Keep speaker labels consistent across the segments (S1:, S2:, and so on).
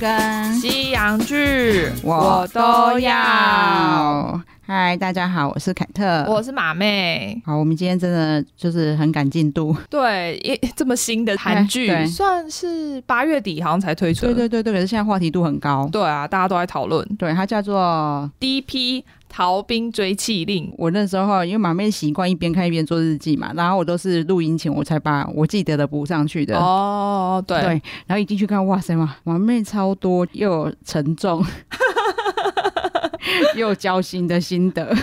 S1: 跟
S2: 西洋剧
S1: 我
S2: 都。
S1: 嗨，大家好，我是凯特。
S2: 我是马妹，
S1: 好，我们今天真的就是很赶进 度。
S2: 对，一这么新的韩剧，
S1: 哎对
S2: 算是八月底好像才推出，
S1: 对对对对，可是现在话题度很高。
S2: 对啊，大家都在讨论
S1: 对，它叫做
S2: 第一批逃兵追缉令，
S1: 我那时候，因为马妹习惯一边看一边做日记嘛，然后我都是录音前我才把我记得的补上去的。
S2: 哦，对，
S1: 对，然后一进去看，哇塞嘛，马妹超多，又有沉 重，又有交心的心得，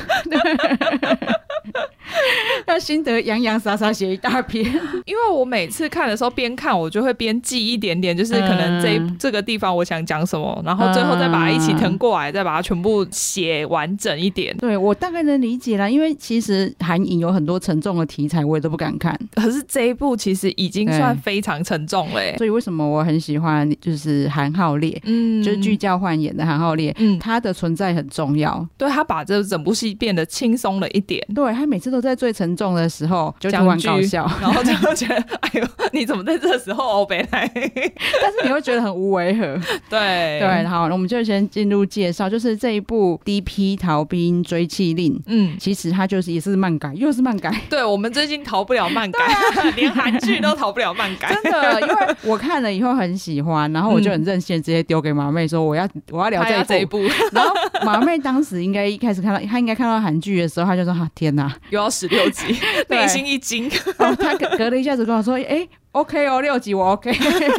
S1: 那心得洋洋洒洒写一大篇。
S2: 因为我每次看的时候边看我就会边记一点点，就是可能这、
S1: 嗯
S2: 这个地方我想讲什么，然后最后再把它一起腾过来，
S1: 嗯
S2: 再把它全部写完整一点。
S1: 对我大概能理解啦，因为其实韩影有很多沉重的题材，我也都不敢看，
S2: 可是这一部其实已经算
S1: 对
S2: 非常沉重了、欸，
S1: 所以为什么我很喜欢就是韩浩烈，
S2: 嗯，
S1: 就是聚焦焕演的韩浩烈，
S2: 嗯，
S1: 他的存在很重要。
S2: 对他把这整部戏变得轻松了一点，
S1: 对他每次都在最沉重的时候就突
S2: 讲
S1: 然
S2: 句
S1: 搞笑，
S2: 然后就觉得哎呦，你怎么在这时候欧北来？
S1: 但是你会觉得很无违和。
S2: 对
S1: 对，，好，那我们就先进入介绍，就是这一部《D.P. 逃兵追缉令》，
S2: 嗯，
S1: 其实它就是也是漫改，又是漫改。
S2: 对，我们最近逃不了漫改，啊 连韩剧都逃不了漫改。
S1: 真的， 因为我看了以后很喜欢，然后我就很任性，直接丢给马妹说我要我要聊
S2: 他要
S1: 这
S2: 这
S1: 一
S2: 一
S1: 部。
S2: 部
S1: 然后马妹当时应该一开始看到，她应该看到韩剧的时候，她就说：“哈、啊天哪
S2: 又要十六 集，
S1: 对
S2: 内心一惊，！”
S1: 然后她隔隔了一下子跟我说：“哎、o k 哦，六集我 OK。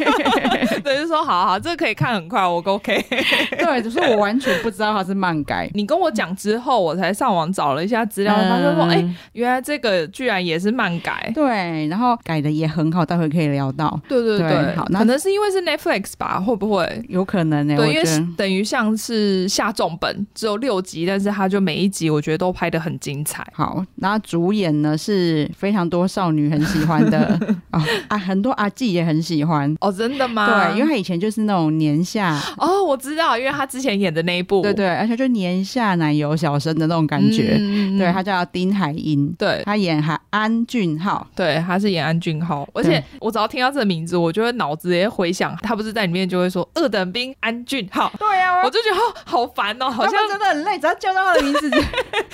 S2: 对，就说好好，这个可以看很快，我 OK。”
S1: 对，就是我完全不知道它是漫改。
S2: 你跟我讲之后，我才上网找了一下资料，发现说，哎、
S1: 嗯
S2: 原来这个居然也是漫改。
S1: 对，然后改的也很好，待会可以聊到，
S2: 对对
S1: 对
S2: 对，
S1: 好那
S2: 可能是因为是 Netflix 吧，会不会？
S1: 有可能哎呢、我
S2: 对，因
S1: 觉
S2: 为是
S1: 得。
S2: 等于像是下重本，只有六集，但是它就每一集我觉得都拍的很精彩。
S1: 好，那主演呢是非常多少女很喜欢 的哦、啊，很多阿纪也很喜欢。
S2: 哦，真的吗？
S1: 对，因为他以前就是那种年下，
S2: 哦，我知道，因为他之前演的那一部，
S1: 对对，而且就年下奶油小生的那种感觉。
S2: 哦嗯
S1: 对，他叫丁海寅，
S2: 对
S1: 他演韩安俊昊。
S2: 对，他是演安俊浩，而且我只要听到这个名字，我就会脑子也回想，他不是在里面就会说二等兵安俊浩，
S1: 对啊呀、
S2: 我就觉得哦，好烦哦，好
S1: 好
S2: 像
S1: 像真的很累，只要叫到他的名字，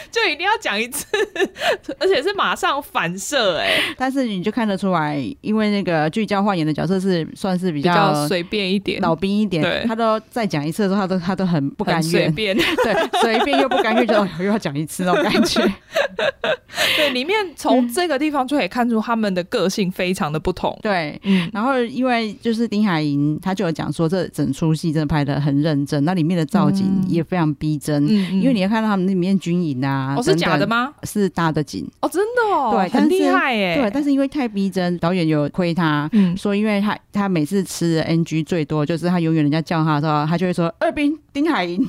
S2: 就一定要讲一次， 而且是马上反射、哎，
S1: 但是你就看得出来，因为那个聚焦换演的角色是算是比
S2: 比较
S1: 较
S2: 随便一点，
S1: 老兵一点
S2: 对，
S1: 他都再讲一次的时候，他都他都很不
S2: 不
S1: 甘
S2: 随
S1: 愿，
S2: 便。
S1: 对，随便又不甘愿，就哦又要讲一次那种感觉。
S2: 对，里面从这个地方就可以看出他们的个性非常的不同。
S1: 对，
S2: 嗯，
S1: 然后因为就是丁海寅，他就有讲说这整出戏真的拍的很认真，那里面的造景也非常逼真。
S2: 嗯
S1: 因为你
S2: 你
S1: 要看到他们里面军营啊，
S2: 哦是假的
S1: 等等？
S2: 吗？
S1: 是搭的景，
S2: 哦，真的哦，
S1: 对但
S2: 很
S1: 是
S2: 厉害耶。
S1: 对。但是因为太逼真，导演有亏他，
S2: 嗯，
S1: 说因为他他每次吃的 NG 最多，就是他永远人家叫他的时候，他就会说二兵丁海寅，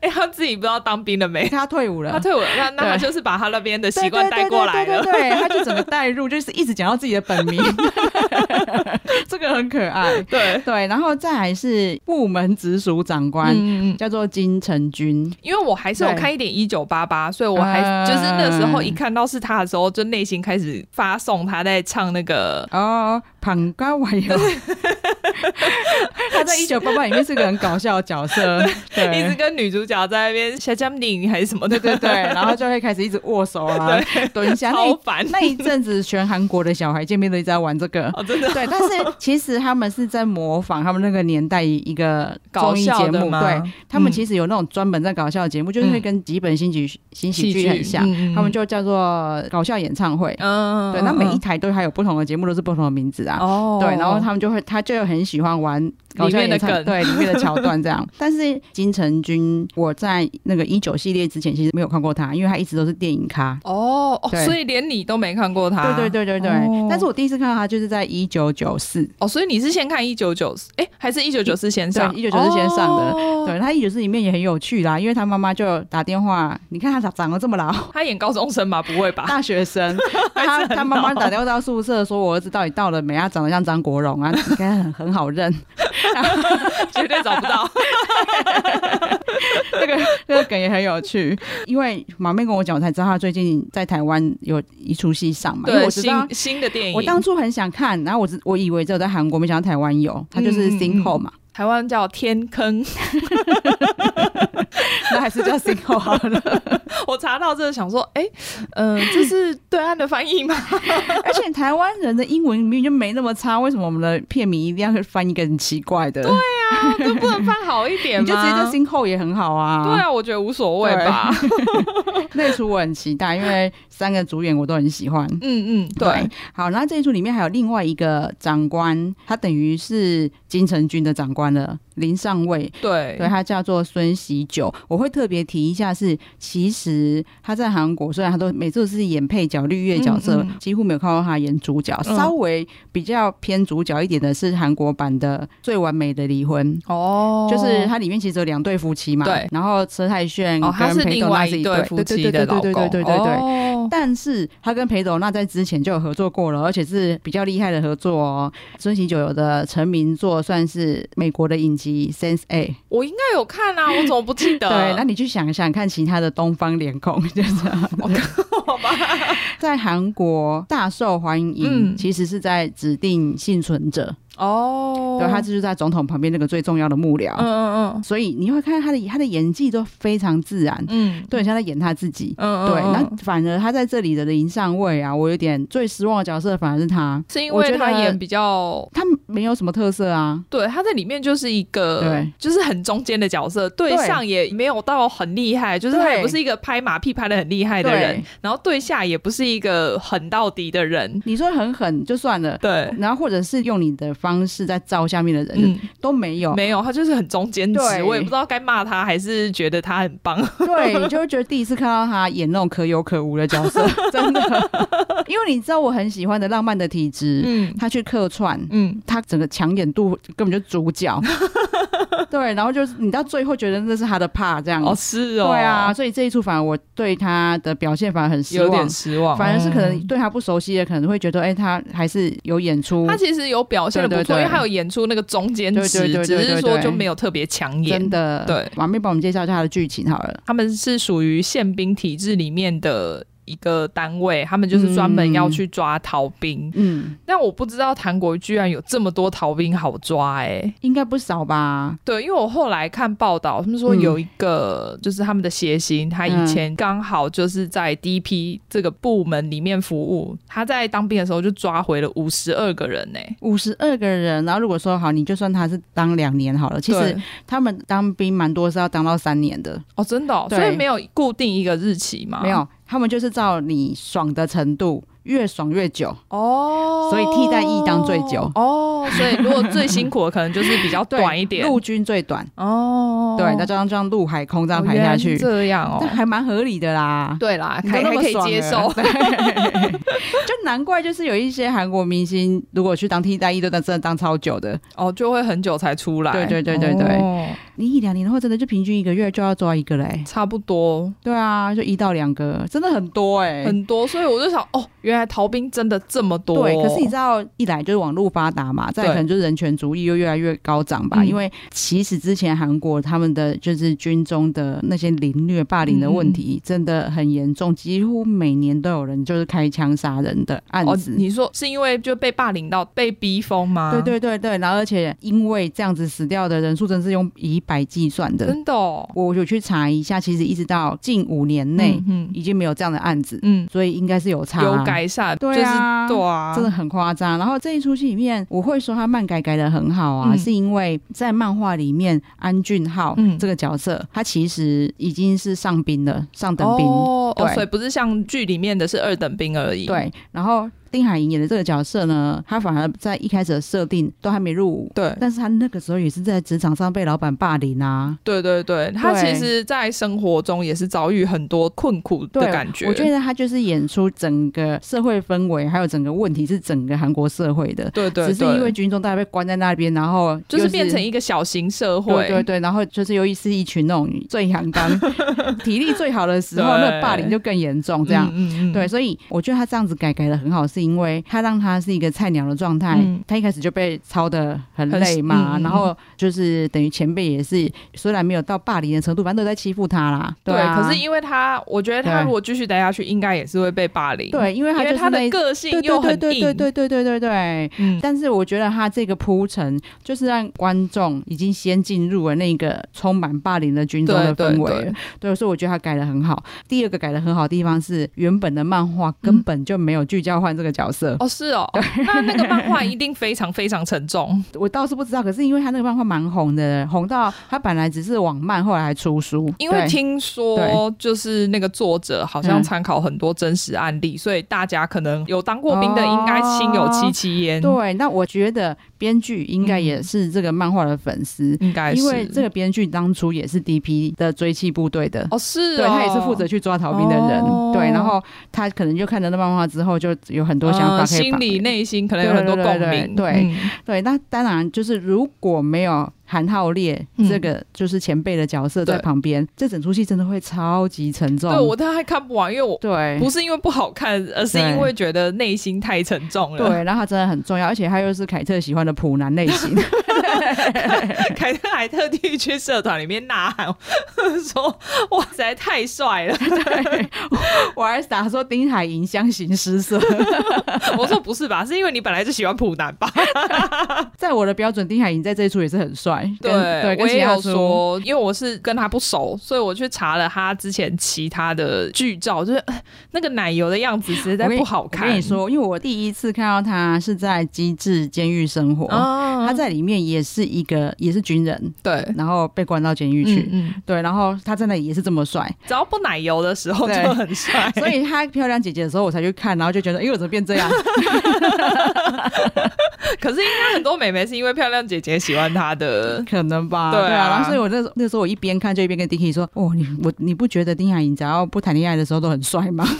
S2: 哎、他自己不知道当兵了没？
S1: 哎他退伍了，
S2: 他退伍了，那那他
S1: 对
S2: 就是把他那边的习惯带过来
S1: 对
S2: 了。
S1: 对对对对对，他就整个带入，就是一直讲到自己的本名， 这个很可爱。
S2: 对，
S1: 对，然后再来是部门直属长官，
S2: 嗯嗯嗯。
S1: 叫做金城君。
S2: 因为我还是有
S1: 对
S2: 看一点一九八八，所以我还
S1: 嗯
S2: 就是那时候一看到是他的时候，就内心开始发送他在唱 那个
S1: 哦，庞高瓦哟，他在《一九八八》里面是个很搞笑的角 色，
S2: 一直
S1: 对。
S2: 跟女主角在那边小江宁还是什么的，
S1: 对对对，然后就会开始一直握手 啊，蹲下。那
S2: 超
S1: 一
S2: 烦
S1: 那一阵子，全韩国的小孩见面都一直在玩这个。
S2: 哦，真的
S1: 对，但是其实他们是在模仿他们那个年代一个
S2: 搞
S1: 综艺节
S2: 笑的
S1: 目，
S2: 吗
S1: 对他们
S2: 嗯
S1: 其实有那种专门在搞笑的节目，就是会
S2: 嗯
S1: 跟几本新喜新喜剧很像，
S2: 嗯嗯
S1: 他们就叫做搞笑演唱会。
S2: 嗯，
S1: 对，那每一
S2: 嗯
S1: 台都还有不同的节目，都是不同的名字啊。
S2: 哦，
S1: 对，然后他们就会，他就很喜欢玩搞笑
S2: 里面的
S1: 演唱
S2: 梗
S1: 对里面的桥段 这样。但是金城君，我在那个一九系列之前其实没有看过他，因为他一直都是电影咖。
S2: 哦，哦
S1: 对
S2: 所以连你都没看过他，
S1: 对对对对对，
S2: 哦
S1: 但是我第一次看到他就是在一九九四，
S2: 哦，所以你是先看一九九四，哎，还是一九九四先上？
S1: 对1994先上的
S2: 哦，
S1: 对他一九四里面也很有趣啦，因为他妈妈就打电话，你看他长长得这么 老，
S2: 他演高中生吗？不 会吧？
S1: 大学生，他他 妈妈打电话到宿舍说，我儿子到底到了没？他长得像张国荣啊，你看很很好认。
S2: 绝对找 不到。
S1: 这个这个梗也很有趣，因为马妹跟我讲，我才知道她最近在台湾有一出戏上嘛，因为
S2: 对，
S1: 我知
S2: 新
S1: 道。
S2: 新的电影，
S1: 我当初很想看，然后我只我以为只有在韩国，没想到台湾有，它就是
S2: 嗯嗯
S1: sinkhole 嘛，
S2: 台湾叫天坑，
S1: 那还是叫 sinkhole 好了。
S2: 我查到这个想说，哎、嗯、 这是对岸的翻译吗？
S1: 而且台湾人的英文明明就没那么差，为什么我们的片名一定要翻一个很奇怪的？对，
S2: 这不能翻好一点
S1: 你
S2: 吗？
S1: 就直接叫 sinkhole 也很好啊。
S2: 对啊，我觉得无所谓吧。
S1: 那一出我很期待，因为三个主演我都很喜欢。
S2: 嗯嗯，对，，
S1: 好，那这一出里面还有另外一个长官，他等于是金城军的长官了，林上尉。
S2: 对
S1: 对，他叫做孙喜九。我会特别提一下是，其实他在韩国，虽然他都每次都是演配角、绿叶角色，
S2: 嗯嗯
S1: 几乎没有看到他演主角。
S2: 嗯
S1: 稍微比较偏主角一点的是韩国版的《最完美的离婚》。
S2: 哦
S1: 就是它里面其实有两对夫妻嘛，
S2: 对
S1: 然后车太铉
S2: 哦，他
S1: 跟
S2: 是
S1: 裴
S2: 另
S1: 斗
S2: 外
S1: 娜是
S2: 一
S1: 一对
S2: 夫妻的老
S1: 对对对对对对
S2: 公，
S1: 对对对。
S2: 哦
S1: 但是他跟裴斗娜在之前就有合作过了，而且是比较厉害的合作哦。孙喜九有的成名作算是美国的影集《Sense A》，
S2: 我应该有看啊，我怎么不记 得？
S1: 对，那你去想想看，其他的东方脸孔 就是这
S2: 哦
S1: 样
S2: 好吧，
S1: 在韩国大受欢迎，
S2: 嗯
S1: 其实是在指定幸存者，
S2: 哦，
S1: 对，他就是在总统旁边那个最重要的幕僚，
S2: 嗯嗯
S1: 所以你会看到他的他的演技都非常自然，
S2: 嗯嗯
S1: 对，很像在演他自己。
S2: 嗯，
S1: 对，
S2: 嗯
S1: 那
S2: 嗯
S1: 反而他在这里的林上尉啊，我有点最失望的角色反而是他，
S2: 是因
S1: 我觉
S2: 为
S1: 得
S2: 他演比较
S1: 他没有什么特色啊，
S2: 对，他在里面就是一个
S1: 对，
S2: 就是很中间的角色，对
S1: 对
S2: 上也没有到很厉害，就是他
S1: 对
S2: 也不是一个拍马屁拍的很厉害的人
S1: 对，
S2: 然后对下也不是一个狠到底的人，
S1: 你说很狠就算了，
S2: 对，
S1: 然后或者是用你的方式在照下面的人、
S2: 嗯，
S1: 都没有，
S2: 没有，他就是很中间值，
S1: 对
S2: 我也不知道该骂他还是觉得他很棒，
S1: 对，你就会觉得第一次看到他演那种可有可无的角 色，真的。因为你知道我很喜欢的浪漫的体质，
S2: 嗯
S1: 他去客串，
S2: 嗯，
S1: 他整个抢眼度根本就主 角。对，然后就是你到最后觉得那是他的怕这样。
S2: 哦是哦，
S1: 对啊，，所以这一处反而我对他的表现反而很失
S2: 有
S1: 望
S2: 点。失望，
S1: 反而是可能
S2: 嗯
S1: 对他不熟悉的，可能会觉得，哎、他还是有演出
S2: 他，其实有表现的不错，
S1: 对对对
S2: 因为他有演出那个中间值，
S1: 对对对对对
S2: 只是说就没有特别抢眼
S1: 真。的。
S2: 对，
S1: 马妹帮我们介绍一下他的剧情好了。
S2: 他们是属于宪兵体制里面的一个单位，他们就是专门要去抓逃兵。
S1: 嗯，
S2: 但我不知道韩国居然有这么多逃兵好抓哎、
S1: 应该不少吧？
S2: 对，因为我后来看报道，他们说
S1: 嗯
S2: 有一个就是他们的协星，他以前刚好就是在 DP 这个部门里面服务，他在当兵的时候就抓回了五十二个人呢、欸
S1: 五十二个人，然后如果说好，你就算他是当两年好了，其
S2: 对
S1: 实他们当兵蛮多是要当到三年的，
S2: 哦，真的、哦，
S1: 对
S2: 所以没有固定一个日期嘛？
S1: 没有，他们就是照你爽的程度，越爽越久。
S2: 哦，
S1: 所以替代役当最久
S2: 哦，所以如果最辛苦的可能就是比较
S1: 对
S2: 短一点
S1: 陆军最短，
S2: 哦，
S1: 对，那就让这样陆海空这
S2: 这
S1: 样排下去，
S2: 这样哦
S1: 那，还蛮合理的啦。
S2: 对啦，
S1: 你都
S2: 还
S1: 那
S2: 还
S1: 么
S2: 可以
S1: 爽
S2: 接
S1: 了，
S2: 受
S1: 对 就难怪就是有一些韩国明星，如果去当替代役，都当真的当超久的。
S2: 哦，就会很久才出来，
S1: 对对对对对
S2: 哦
S1: 你一两年的话，真的就平均一个月就要抓一个嘞、
S2: 差不多
S1: 对啊，就一到两个，真的很多哎、
S2: 很多，所以我就想，哦，原来逃兵真的这么多，
S1: 对，可是你知道，一来就是网络发达嘛，再来
S2: 对
S1: 可能就是人权主义又越来越高涨吧。
S2: 嗯
S1: 因为其实之前韩国他们的就是军中的那些凌虐、霸凌的
S2: 嗯
S1: 问题真的很严重，几乎每年都有人就是开枪杀人的案
S2: 哦，
S1: 子。
S2: 你啊说是因为就被霸凌到被逼疯吗？
S1: 对，对对对，然后而且因为这样子死掉的人数真是用以百计算的。
S2: 真的哦，
S1: 我有去查一下，其实一直到近五年内
S2: 嗯嗯
S1: 已经没有这样的案子，
S2: 嗯，
S1: 所以应该是有差、啊
S2: 有改善，
S1: 对啊
S2: 就是对啊，
S1: 真的很夸张。然后这一出戏里面，我会说他漫改改的很好啊，
S2: 嗯
S1: 是因为在漫画里面，安俊浩
S2: 嗯
S1: 这个角色，他其实已经是上兵了，上等兵。
S2: 哦哦
S1: 对
S2: 所以不是像剧里面的是二等兵而已。
S1: 对，然后丁海寅演的这个角色呢，他反而在一开始的设定都还没入伍，
S2: 对
S1: 但是他那个时候也是在职场上被老板霸凌啊。
S2: 对对对，他
S1: 对
S2: 其实，在生活中也是遭遇很多困苦的
S1: 对
S2: 感觉。
S1: 我觉得他就是演出整个社会氛围，还有整个问题是整个韩国社会的，
S2: 对对对，
S1: 只是因为军中大家被关在那边，然后
S2: 就是
S1: 又
S2: 变成一个小型社会。
S1: 对对对，然后就是尤其是一群那种最阳 刚、体力最好的时候，
S2: 对
S1: 那霸凌就更严重，这样。
S2: 嗯嗯嗯，
S1: 对，所以我觉得他这样子改改的很好，是是因为他让他是一个菜鸟的状态，
S2: 嗯
S1: 他一开始就被操的很
S2: 很
S1: 累嘛，
S2: 嗯嗯
S1: 然后就是等于前辈也是虽然没有到霸凌的程度，反正都在欺负他啦，
S2: 对，
S1: 啊、
S2: 可是因为他，我觉得他
S1: 对
S2: 如果继续待下去，应该也是会被霸凌。，
S1: 对，因为
S2: 因
S1: 他就
S2: 为
S1: 是
S2: 他
S1: 那
S2: 的
S1: 一
S2: 个
S1: 对
S2: 性
S1: 对
S2: 又很
S1: 对
S2: 硬。
S1: 对对对对对对对。
S2: 嗯，
S1: 但是我觉得他这个铺陈，就是让观众已经先进入了那个充满霸凌的军中的
S2: 对对
S1: 氛围了
S2: 对，
S1: 对，所以我觉得他改的很好。第二个改的很好的地方是，原本的漫画根本就没有
S2: 嗯
S1: 聚焦换这个角色。
S2: 哦，是 哦，那那个漫画一定非常非常沉重。
S1: 我倒是不知道，可是因为他那个漫画蛮红的，红到他本来只是网漫，后来还出书。
S2: 因为
S1: 对
S2: 听说
S1: 对
S2: 就是那个作者好像
S1: 嗯
S2: 参考很多真实案例，所以大家可能有当过兵的应该心有戚戚焉。，
S1: 对，那我觉得编剧应该也
S2: 嗯
S1: 是这个漫画的粉丝，
S2: 应该是
S1: 因为这个编剧当初也是 DP 的追缉部队的。
S2: 哦是哦，
S1: 对他也是负责去抓逃兵的人，
S2: 哦
S1: 对，然后他可能就看了那漫画之后，就有很多想法
S2: 呃
S1: 可以把、
S2: 心理内心可能有很多共
S1: 对对对
S2: 鸣。
S1: 对
S2: 嗯
S1: 对，那当然就是如果没有韩浩烈、
S2: 嗯
S1: 这个就是前辈的角色在
S2: 对
S1: 旁边，这整出戏真的会超级沉重。
S2: 对我当然还看不完，因为我
S1: 对
S2: 不是因为不好看，而是因为觉得内心太沉重了。
S1: 对，然后他真的很重要，而且他又是凯特喜欢的普男类型。
S2: 凯特还特地去社团里面呐喊 说：“哇，实在太帅了
S1: 对，我还打说丁海寅相形失色，！”
S2: 我说：“不是吧？是因为你本来就喜欢普男吧？”
S1: 在我的标准，丁海寅在这一出也是很帅。跟对，
S2: 我
S1: 跟其
S2: 也
S1: 他
S2: 有
S1: 出
S2: 说，因为我是跟他不熟，所以我去查了他之前其他的剧照，就是呃那个奶油的样子实在
S1: 我跟
S2: 不好
S1: 我
S2: 看。
S1: 跟你说，因为我第一次看到他是在《机智监狱生活》
S2: 啊，
S1: 他在里面也是一个也是军 人，
S2: 对，
S1: 然后被关到监狱去。
S2: 嗯嗯，
S1: 对，然后他真的也是这么帅，
S2: 只要不奶油的时候就
S1: 对
S2: 很帅。
S1: 所以他漂亮姐姐的时候我才去看，然后就觉得，哎、我怎么变这 样？。
S2: 可是应该很多美眉是因为漂亮姐姐喜欢他的
S1: 可能吧，
S2: 对啊
S1: 啊。然后所以我那时候那时候我一边看就一边跟 Dicky 说，哦，你我你不觉得丁海寅只要不谈恋爱的时候都很帅吗？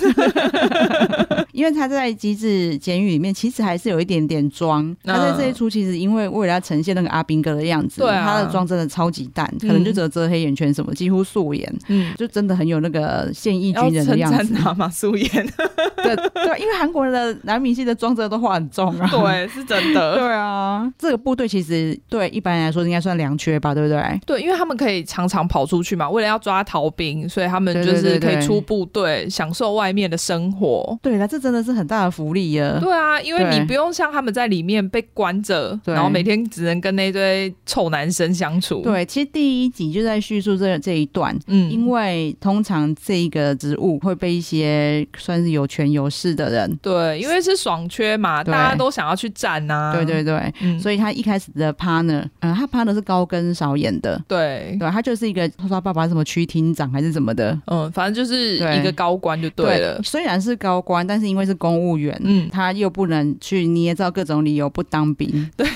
S1: 因为他在《机智监狱》里面其实还是有一点点装，
S2: 嗯
S1: 他在这一出其实因为为了要呈现那个阿兵哥的样子，
S2: 对啊
S1: 他的妆真的超级淡，可能就只有遮黑眼圈什么，几乎素颜。
S2: 嗯，
S1: 就真的很有那个现役
S2: 要
S1: 军人的
S2: 称
S1: 样
S2: 赞
S1: 子，
S2: 他嘛，素颜，啊
S1: 对 对，因为韩国的男明星的妆真的都化很重 啊。
S2: 对，是真的。
S1: 对啊，这个部队其实对一般人来说应该算良缺吧，对不对？
S2: 对，因为他们可以常常跑出去嘛，为了要抓逃兵，所以他们
S1: 对
S2: 就
S1: 对
S2: 是
S1: 对
S2: 可以
S1: 对
S2: 出部队，享受外面的生活。
S1: 对啦，这真的是很大的福利耶。
S2: 对啊，因为
S1: 对
S2: 你不用像他们在里面被关着，
S1: 对
S2: 然后每天只能跟那堆臭男生相处。，
S1: 对，其实第一集就在叙述这这一段，
S2: 嗯
S1: 因为通常这一个职务会被一些算是有权有势的人，
S2: 对，因为是爽缺嘛，大
S1: 对
S2: 家都想要去占呐、啊。
S1: 对对对，
S2: 嗯，
S1: 所以他一开始的 partner，呃，他 partner 是高跟少演的，
S2: 对，
S1: 对，他就是一个他说他爸爸是什么区厅长还是什么的，
S2: 嗯，反正就是
S1: 对
S2: 一个高官就对了。
S1: 虽然是高官，但是因为是公务员，
S2: 嗯，
S1: 他又不能去捏造各种理由不当 兵，对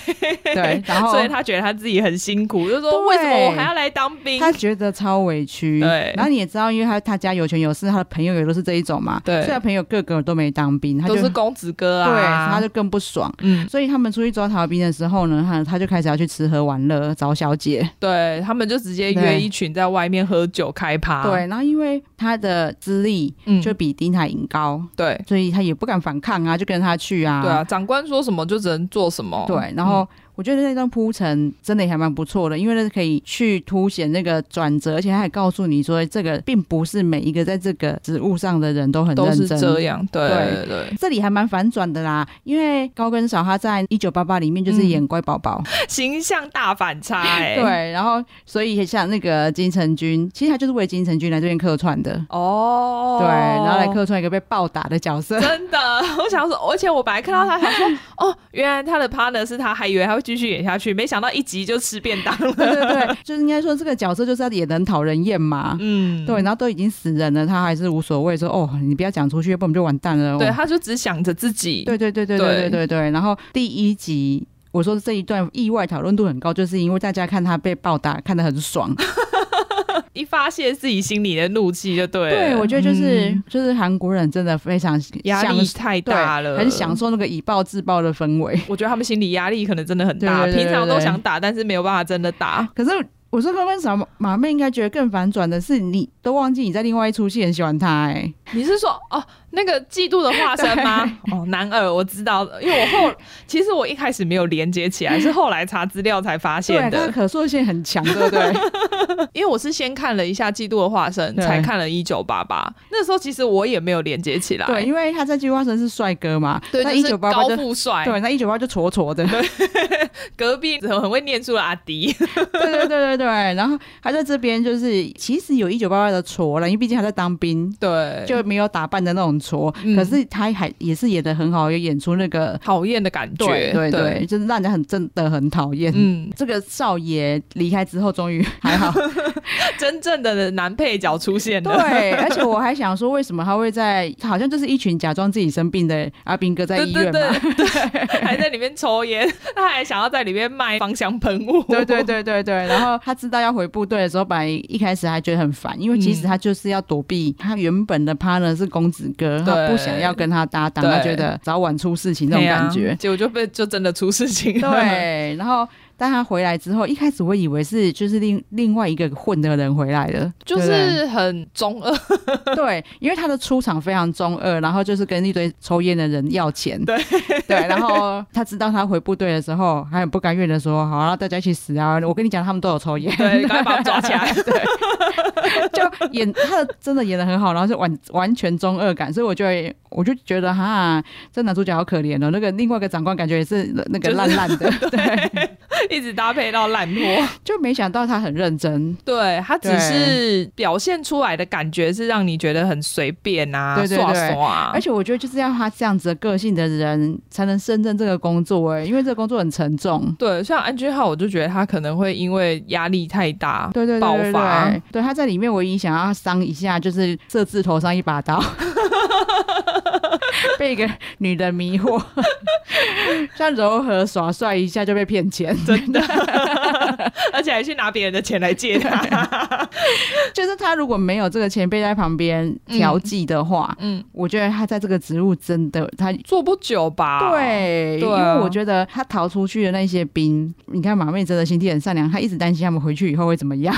S1: 对，然后
S2: 所以他觉得他自己很辛苦，就说
S1: 对
S2: 为什么我还要来当兵？
S1: 他觉得超委屈。
S2: 对
S1: 然后你也知道，因为他他家有权有势，他的朋友也都是这一种嘛。
S2: 对
S1: 所以他朋友个个都没当兵，他就
S2: 都是公子哥
S1: 对，
S2: 啊。
S1: 他就更不爽。
S2: 嗯，
S1: 所以他们出去抓逃兵的时候呢，他他就开始要去吃喝玩乐，找小姐。
S2: 对他们就直接约
S1: 对
S2: 一群在外面喝酒开趴。，
S1: 对，然后因为他的资历
S2: 啊嗯，
S1: 就比丁海寅高，
S2: 对，
S1: 所以他也不敢反抗啊，就跟他去啊。
S2: 对啊，长官说什么就只能做什么。
S1: 对，然
S2: 嗯
S1: 后我觉得那段铺陈真的也还蛮不错的，因为那是可以去凸显那个转折，而且他还告诉你说，这个并不是每一个在这个职务上的人都很
S2: 都
S1: 认
S2: 是
S1: 真。
S2: 这样，对
S1: 对
S2: 对对，
S1: 这里还蛮反转的啦，因为高跟少他在一九八八里面
S2: 嗯
S1: 就是演乖宝宝，
S2: 形象大反差、欸，
S1: 对，然后所以像那个金城君，其实他就是为金城君来这边客串的，
S2: 哦，
S1: 对，然后来客串一个被暴打的角色，
S2: 真的， 我想说，而且我本来看到他想说，哦，原来他的 partner 是他，还以为他会继续演下去，没想到一集就吃便当了。
S1: 对对对，就是应该说这个角色就是要演得很讨人厌嘛，
S2: 嗯，
S1: 对，然后都已经死人了，他还是无所谓，说哦，你不要讲出去，不然我们就完蛋了。
S2: 对，
S1: 哦
S2: 他就只想着自己，
S1: 对对对对对对对对。然后第一集。我说这一段意外讨论度很高，就是因为大家看他被暴打看得很爽。
S2: 一发泄自己心里的怒气就 对了。
S1: 对，我觉得就是、
S2: 嗯
S1: 就是韩国人真的非常
S2: 压
S1: 享
S2: 力太大
S1: 对
S2: 了，
S1: 很享。受那个以暴制暴的氛围。
S2: 我觉得他们心理压力可能真的很大，
S1: 对对对对
S2: 平常都
S1: 对
S2: 想打，但是没有办法真的打。
S1: 可是我说刚刚小马妹应该觉得更反转的是，你都忘记你在另外一出戏很喜欢他哎、
S2: 你是说哦，那个嫉妒的化身吗？哦，男二，我知道了，因为我后其实我一开始没有连接 起来，是后来查资料才发
S1: 对，
S2: 现
S1: 它的
S2: 的。
S1: 可塑性很强，对不 对？
S2: 因为我是先看了一下《嫉妒的化身》，
S1: 对
S2: 才看了《一九八八》，那时候其实我也没有连接起来。
S1: 对，因为他在计划生是帅哥嘛，那一
S2: 就是
S1: 九八八
S2: 高
S1: 就
S2: 富帅，
S1: 对，那一九八就矬矬的， 对
S2: 隔壁很会念书的阿迪，
S1: 对对对对。然后他在这边就是，其实有一九八八的矬了，因为毕竟他在当兵，
S2: 对 就
S1: 就没有打扮的那种矬。
S2: 嗯
S1: 可是他还也是演的很好，有演出那个，
S2: 讨厌的感觉，
S1: 对对对，就是让人很真的很讨厌。
S2: 嗯，
S1: 这个少爷离开之后， 终于还好。
S2: 真正的男配角出现 了，
S1: 对，而且我还想说，为什么他会在？好像就是一群假装自己生病的阿兵哥在医院嘛。
S2: 对对对，还在里面抽烟，他还想要在里面卖芳香喷雾，
S1: 对对对对对，然 后他知道要回部队的时候，本来一开始还觉得很烦，因为其实他就是要躲避他原本的 partner 是公子哥，他不想要跟他搭档，
S2: 对
S1: 他觉得早晚出事情那种
S2: 对啊
S1: 感觉。
S2: 结果就被就真的出事情 了，
S1: 对，然后但他回来之后，一开始我以为是就是另另外一个混的人回来了，
S2: 就
S1: 对啊不
S2: 是很中二，
S1: 对 对，因为他的出场非常中二，然后就是跟一堆抽烟的人要钱，对 对，然后他知道他回部队的时候，还很不甘愿的说：“好啊，大家一起死啊！”我跟你讲，他们都有抽烟，
S2: 对，赶快把他们抓 起来，
S1: 就演他的真的演的很好，然后是完完全中二感，所以我就会我就觉得哈，这男主角好可怜哦。那个另外一个长官感觉也是那个
S2: 就是
S1: 烂烂的，对，
S2: 一直搭配到烂货，
S1: 就没想到他很认真。
S2: 对他只
S1: 对
S2: 是表现出来的感觉是让你觉得很随便啊，
S1: 对对
S2: 耍
S1: 对
S2: 耍啊，
S1: 而且我觉得就是要他这样子的个性的人才能胜任这个工作哎、因为这个工作很沉重。
S2: 对，像安居浩，我就觉得他可能会因为压力太大，
S1: 对对
S2: 爆
S1: 对对
S2: 发
S1: 对，对他在里面唯一想要伤一下，就是设置头上一把刀， 被一个女人迷惑， 像柔和耍帅一下就被骗钱，
S2: 真的， 而且还去拿别人的钱来借他。
S1: 就是他如果没有这个前辈在旁边调剂的话，
S2: 嗯，
S1: 我觉得他在这个职务真的他。
S2: 做不久吧？，
S1: 对，
S2: 对
S1: 因
S2: 啊
S1: 为我觉得他逃出去的那些兵，你看马妹真的心地很善良，她一直担心他们回去以后会怎么样。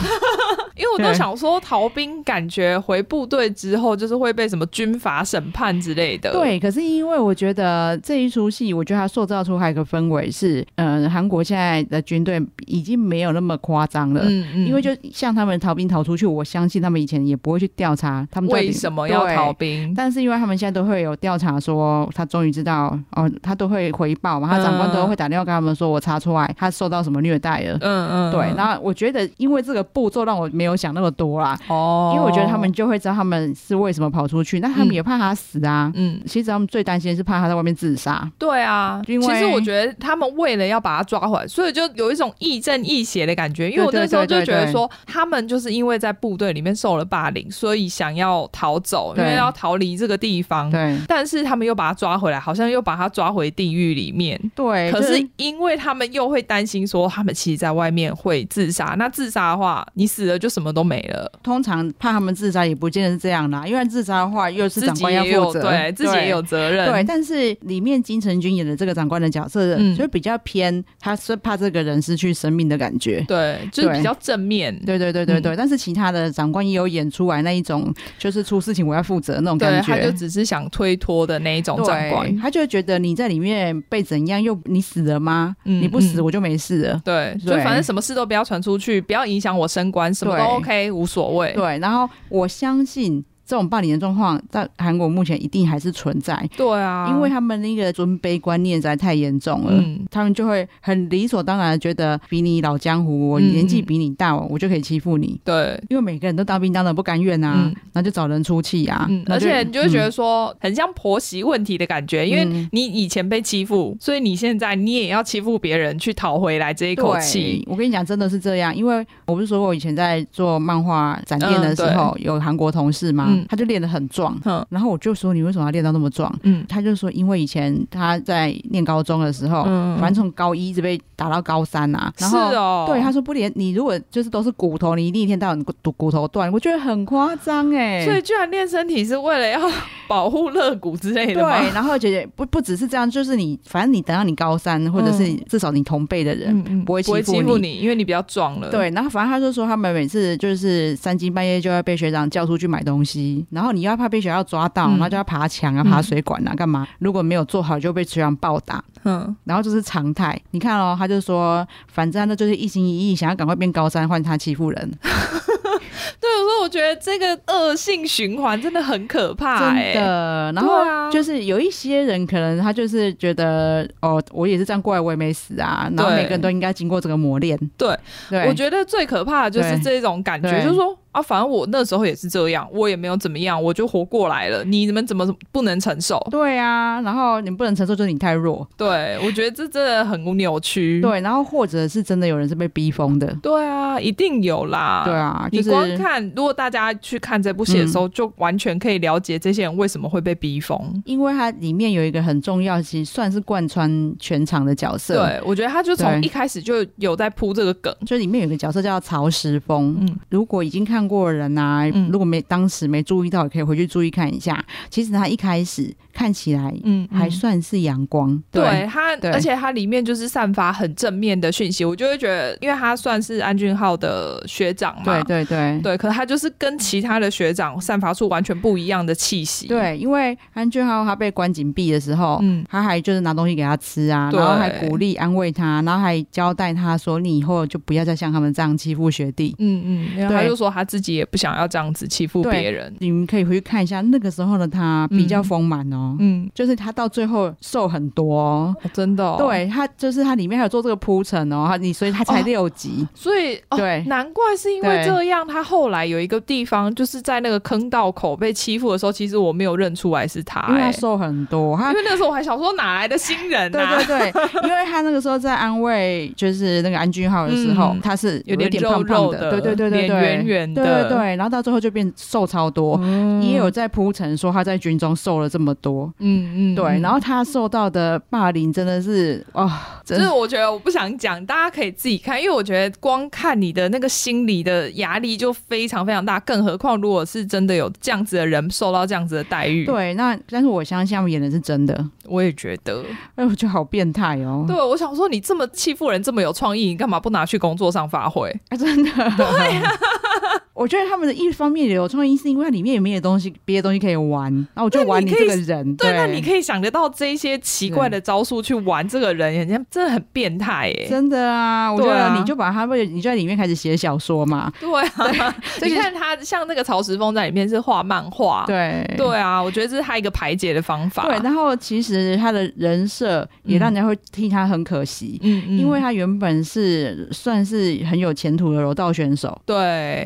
S2: 因为我都
S1: 对
S2: 想说，逃兵感觉回部队之后就是会被什么军法审判之类的。，
S1: 对，可是因为我觉得这一出戏，我觉得他塑造出还有一个氛围是，呃，韩国现在的军队已经没有那么夸张了。
S2: 嗯嗯，
S1: 因为就像他们逃兵逃出去，我相信他们以前也不会去调查他们到底
S2: 为什么要
S1: 对
S2: 逃兵？
S1: 但是因为他们现在都会有调查说，他终于知道哦，他都会回报嘛，他长官都会打电话跟他们说，我查出来他受到什么虐待了。
S2: 嗯嗯，
S1: 对，
S2: 那
S1: 那我觉得因为这个步骤让我没有想那么多啦，
S2: 哦
S1: 因为我觉得他们就会知道他们是为什么跑出去，那他们也怕他死啊。
S2: 嗯。
S1: 其实他们最担心的是怕他在外面自杀。
S2: 对啊，
S1: 因为
S2: 其实我觉得他们为了要把他抓回来，所以就有一种亦正亦邪的感觉。因为我
S1: 对对
S2: 那时候就
S1: 对对
S2: 觉得
S1: 对
S2: 说，他们就是因为在部队里面受了霸凌，所以想要逃走，因
S1: 对
S2: 为要逃离这个地方。
S1: 对
S2: 但是他们又把他抓回来，好像又把他抓回地狱里面。
S1: 对，
S2: 可
S1: 就是
S2: 因为他们又会担心说，他们其实在外面会自杀。那自杀的话，你死了就什么都没了，
S1: 通常怕他们自杀也不见得是这样啦，因为自杀的话又是
S2: 自
S1: 长
S2: 己
S1: 官要
S2: 也有
S1: 负责，
S2: 对自己也有责任。
S1: 对，但是里面金城君演的这个长官的角色，
S2: 嗯
S1: 就比较偏，他是怕这个人失去生命的感觉。
S2: 对，就是
S1: 对
S2: 比较正面。
S1: 对对对对
S2: 嗯
S1: 对，但是其他的长官也有演出来那一种，就是出事情我要负责那种
S2: 对，
S1: 感
S2: 他就
S1: 觉。
S2: 只是想推脱的那一种长
S1: 对，
S2: 官。
S1: 他就会觉得你在里面被怎样，又你死了吗？
S2: 嗯
S1: 你不死
S2: 嗯
S1: 我就没事了。
S2: 对，就
S1: 对
S2: 反正什么事都不要传出去，不要影响我升官，什么都
S1: 对
S2: OK，无所谓。
S1: 对，然后我相信这种霸凌的状况在韩国目前一定还是存在，
S2: 对啊，
S1: 因为他们那个尊卑观念实在太严重了。
S2: 嗯，
S1: 他们就会很理所当然的觉得比你老江湖，我
S2: 嗯
S1: 年纪比你大，我就可以欺负你。
S2: 对，
S1: 因为每个人都当兵当的不甘愿啊，
S2: 嗯
S1: 然后就找人出气啊，
S2: 嗯，
S1: 然
S2: 而
S1: 后
S2: 且你就会觉得说，很像婆媳问题的感觉，因为
S1: 嗯
S2: 你以前被欺负，所以你现在你也要欺负别人去讨回来这一口气。
S1: 对我跟你讲，真的是这样，因为我不是说我以前在做漫画展店的时候，有韩国同事嘛，
S2: 嗯
S1: 他就练得很壮，
S2: 哼，
S1: 然后我就说你为什么要练到那么壮？
S2: 嗯
S1: 他就说因为以前他在念高中的时候，
S2: 嗯
S1: 哦反正从高一一直被打到高三啊，然后
S2: 是哦
S1: 对，他说不连你如果就是都是骨头，你一定一天到晚骨骨头断，我觉得很夸张哎、
S2: 所以居然练身体是为了要 保护肋骨之类的吗？
S1: 对，然后觉得不不只是这样，就是你反正你等到你高三，或者是至少你同辈的人。
S2: 嗯嗯，
S1: 不会
S2: 不会
S1: 欺
S2: 欺
S1: 负
S2: 负
S1: 你
S2: 你，因为你比较壮了。
S1: 对，然后反正他就说他们每次就是三更半夜就要被学长叫出去买东西，然后你要怕被学校抓到，
S2: 嗯
S1: 然后就要爬墙啊、爬水管啊、干嘛？如果没有做好，就被学长暴打。
S2: 嗯，
S1: 然后就是常态。你看哦，他就说，反正他那就是一心一意想要赶快变高三，换他欺负人，
S2: 对，有时候我觉得这个恶性循环真的很可怕、欸，
S1: 真的。然后
S2: 对啊
S1: 就是有一些人，可能他就是觉得，哦，我也是这样过来，我也没死啊。然后
S2: 对
S1: 每个人都应该经过这个磨练。
S2: 对，
S1: 对，
S2: 我觉得最可怕的就是这种感觉，
S1: 对
S2: 就是说啊，反正我那时候也是这样，我也没有怎么样，我就活过来了。你们怎么不能承受？
S1: 对啊。然后你不能承受，就是你太弱。
S2: 对，我觉得这真的很扭曲。
S1: 对，然后或者是真的有人是被逼疯的。
S2: 对啊，一定有啦。
S1: 对。啊，就
S2: 你
S1: 是嗯
S2: 光看，如果大家去看这部戏的时候，就完全可以了解这些人为什么会被逼疯。
S1: 因为它里面有一个很重要，其实算是贯穿全场的角色。。
S2: 对，我觉得他就从
S1: 对
S2: 一开始就有在铺这个梗。
S1: 就里面有一个角色叫曹石峰，
S2: 嗯
S1: 如果已经看过的人啊，
S2: 嗯
S1: 如果没当时没注意到，也可以回去注意看一下。其实他一开始看起来
S2: 嗯，
S1: 还
S2: 嗯
S1: 算是阳光，
S2: 对它，
S1: 对
S2: 而且它里面就是散发很正面的讯息，我就会觉得，因为他算是安俊浩的学长嘛，
S1: 对对对
S2: 对可他就是跟其他的学长散发出完全不一样的气息，，
S1: 对，因为安俊浩他被关紧闭的时候。
S2: 嗯，
S1: 他还就是拿东西给他吃啊，
S2: 对
S1: 然后还鼓励安慰他，然后还交代他说：“你以后就不要再像他们这样欺负学弟。
S2: 嗯嗯，然后他
S1: 对
S2: 就说他自己也不想要这样子欺负别人”，
S1: 你们可以回去看一下那个时候的他比较丰满哦，
S2: 嗯、
S1: 就是他到最后瘦很多、哦，
S2: 哦真的、哦，，
S1: 对他就是他里面还有做这个铺陈哦，他你所以他才
S2: 哦
S1: 六集，
S2: 所以哦。
S1: 对
S2: 难怪是因为
S1: 对
S2: 这样，他后来有一个地方就是在那个坑道口被欺负的时候，其实我没有认出来是他、
S1: 因为他
S2: 哎
S1: 瘦很多，他
S2: 因为那时候我还想说哪来的新人
S1: 对
S2: 啊
S1: 对，对，因为他那个时候在安慰就是那个安俊浩的时候，
S2: 嗯
S1: 他是
S2: 有点
S1: 点胖胖
S2: 肉肉的
S1: 对对对对
S2: 脸
S1: 对，
S2: 圆圆的
S1: 对对对，然后到最后就变瘦超多，也有在铺陈说他在军中瘦了这么多。
S2: 嗯嗯，
S1: 对，
S2: 嗯
S1: 然后他受到的霸凌真的是哦，真
S2: 就是
S1: 的
S2: 我觉得我不想讲，大家可以自己看，因为我觉得光看你的那个心理的压力就非常非常大，更何况如果是真的有这样子的人受到这样子的待遇，，
S1: 对。那但是我相信他们演的是真的，
S2: 我也觉得，
S1: 哎，我觉得好变态哦，
S2: 对，我想说你这么欺负人，这么有创意，你干嘛不拿去工作上发挥？
S1: 啊， 真的。对
S2: 啊
S1: 呀、 我觉得他们的一方面有创意，是因为它里面也没有东西，别的东西可以玩，然后我就
S2: 那
S1: 玩
S2: 你
S1: 你
S2: 可以
S1: 这个人。
S2: 对，那你可以想得到这一些奇怪的招数去玩这个人，人家真的很变态耶、
S1: 真的啊，我觉
S2: 对
S1: 得
S2: 啊
S1: 你就把他们，你就在里面开始写小说嘛。
S2: 对啊，
S1: 这
S2: 你
S1: 个
S2: 看他像那个曹石峰在里面是画漫画，
S1: 对
S2: 对啊，我觉得这是他一个排解的方法。
S1: 对，然后其实他的人设也让人家会替他很可惜，
S2: 嗯嗯，
S1: 因为他原本是算是很有前途的柔道选手。
S2: 对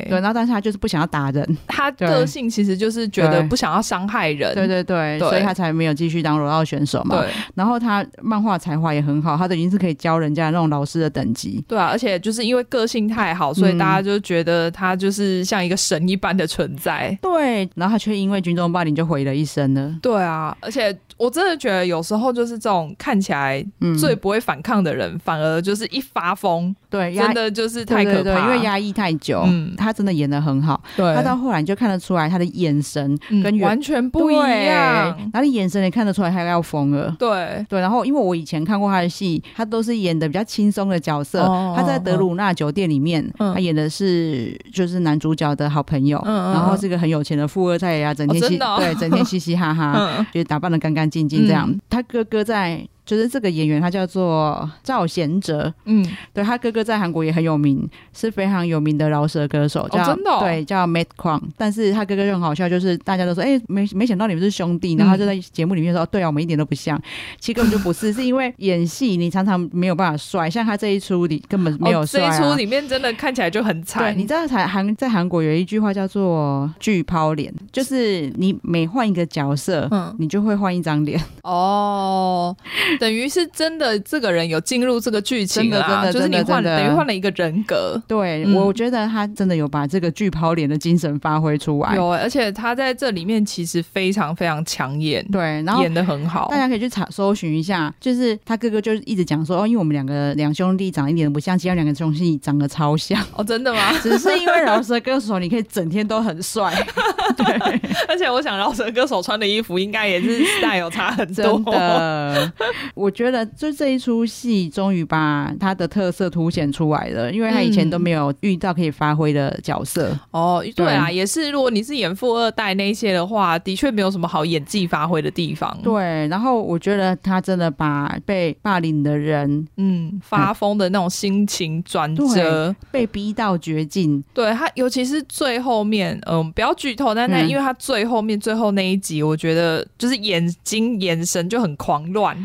S1: 对，然后但是他就是不想要打人，
S2: 他
S1: 对
S2: 个性其实就是觉得
S1: 对
S2: 不想要伤害人，
S1: 对对对，
S2: 呃对
S1: 所以他才没有继续当柔道选手嘛。
S2: 对
S1: 然后他漫画才华也很好，他都已经是可以教人家那种老师的等级。
S2: 对啊！而且就是因为个性太好，所以
S1: 嗯
S2: 大家就觉得他就是像一个神一般的存在。
S1: 对，然后他却因为军中霸凌就毁了一生了。
S2: 对啊，而且我真的觉得有时候就是这种看起来
S1: 嗯，
S2: 最不会反抗的人，反而就是一发疯，
S1: 对压
S2: 真的就是
S1: 对
S2: 太
S1: 对
S2: 可
S1: 对，
S2: 怕。
S1: 因为压抑太久，
S2: 嗯
S1: 他真的演的很好。
S2: 对
S1: 他到后来你就看得出来他的眼神
S2: 嗯
S1: 跟原、
S2: 完全不一样
S1: 对。他的眼神也看得出来他要疯了。
S2: 对，
S1: 对，然后因为我以前看过他的戏，他都是演的比较轻松的角色。
S2: 哦
S1: 他在德鲁纳酒店里面，
S2: 嗯
S1: 他演的是就是男主角的好朋友，
S2: 嗯嗯
S1: 然后
S2: 嗯
S1: 是个很有钱的富二代呀、整天
S2: 哦
S1: 嘻、
S2: 真的哦
S1: 对，整天嘻嘻哈哈。
S2: 嗯
S1: 就是打扮的干干净净这样。
S2: 嗯
S1: 他哥哥在，就是这个演员，他叫做赵贤哲，
S2: 嗯，
S1: 对他哥哥在韩国也很有名，是非常有名的饶舌歌手，叫、
S2: 真的哦
S1: 对，叫 Matt Kwang。但是他哥哥就很好笑，就是大家都说，哎、没没想到你们是兄弟，然后他就
S2: 嗯
S1: 在节目里面说，哦对啊，我们一点都不像，其实根本就不是，是因为演戏你常常没有办法帅，像他这一出里根本没有
S2: 哦这
S1: 帅、啊
S2: 一出里面真的看起来就很
S1: 对，
S2: 惨。
S1: 你知道台韩在韩国有一句话叫做“剧抛脸”，就是你每换一个角色，
S2: 嗯
S1: 你就会换一张脸。
S2: 哦，等于是真的，这个人有进入这个剧情
S1: 真
S2: 啊，
S1: 的真的
S2: 就是你
S1: 真的
S2: 换，
S1: 真的
S2: 等于换了一个人格。
S1: 对，
S2: 嗯
S1: 我觉得他真的有把这个巨抛脸的精神发挥出来。
S2: 有欸，而且他在这里面其实非常非常抢眼，
S1: 对，然后
S2: 演的很好
S1: 大。 家可以去查搜寻一下，就是他哥哥就是一直讲说，哦，因为我们两个两兄弟长得一点都不像，其他两个兄弟长得超 像，
S2: 哦，真的吗？
S1: 只是因为饶舌歌手，你可以整天都很帅。
S2: 而且我想饶舌歌手穿的衣服应该也是 style 差很
S1: 真
S2: 多。
S1: 的， 我觉得就这一出戏终于把他的特色凸显出来了，因为他以前都没有遇到可以发挥的角色。
S2: 哦，对啊，
S1: 对
S2: 也是，如果你是演富二代那一些的话，的确没有什么好演技发挥的地方。，
S1: 对，然后我觉得他真的把被霸凌的人
S2: 嗯，发疯的那种心情转折，
S1: 被逼到绝境，
S2: 对他，尤其是最后面，嗯，不要剧透，但那
S1: 嗯
S2: 因为他最后面最后那一集，我觉得就是眼睛眼神就很狂乱，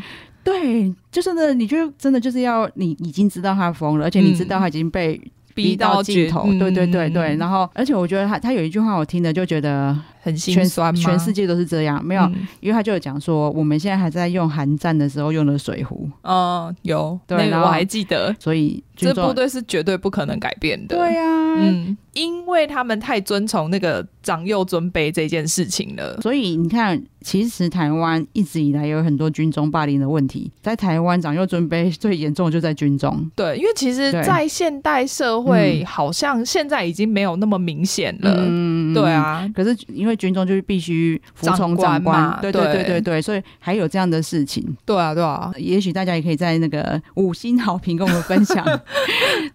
S1: 对，就是呢，你就真的就是要你已经知道他疯了，而且你知道他已经被逼
S2: 到
S1: 尽
S2: 绝
S1: 头，
S2: 嗯
S1: 对对对对。然后，而且我觉得他他有一句话我听了就觉得
S2: 很心
S1: 全
S2: 酸吗？
S1: 全世界都是这样，没有，
S2: 嗯
S1: 因为他就有讲说我们现在还在用寒战的时候用的水壶，
S2: 嗯，有，
S1: 对
S2: 那
S1: 然
S2: 个
S1: 后
S2: 我还记得，
S1: 所以
S2: 这
S1: 军
S2: 部
S1: 中
S2: 队是绝对不可能改变的。
S1: 对啊呀、
S2: 嗯，因为他们太遵从那个长幼尊卑这件事情了。
S1: 所以你看，其实台湾一直以来有很多军中霸凌的问题，在台湾长幼尊卑最严重就在军中。
S2: 对，因为其实，
S1: 对
S2: 在现代社会，好像现在已经没有那么明显了。
S1: 嗯
S2: 对。啊，
S1: 可是因为军中就是必须服从
S2: 长官
S1: 长
S2: 嘛
S1: 官，对对
S2: 对
S1: 对对对，所以还有这样的事情，
S2: 对啊，对啊。
S1: 也许大家也可以在那个五星好评跟我们分 享，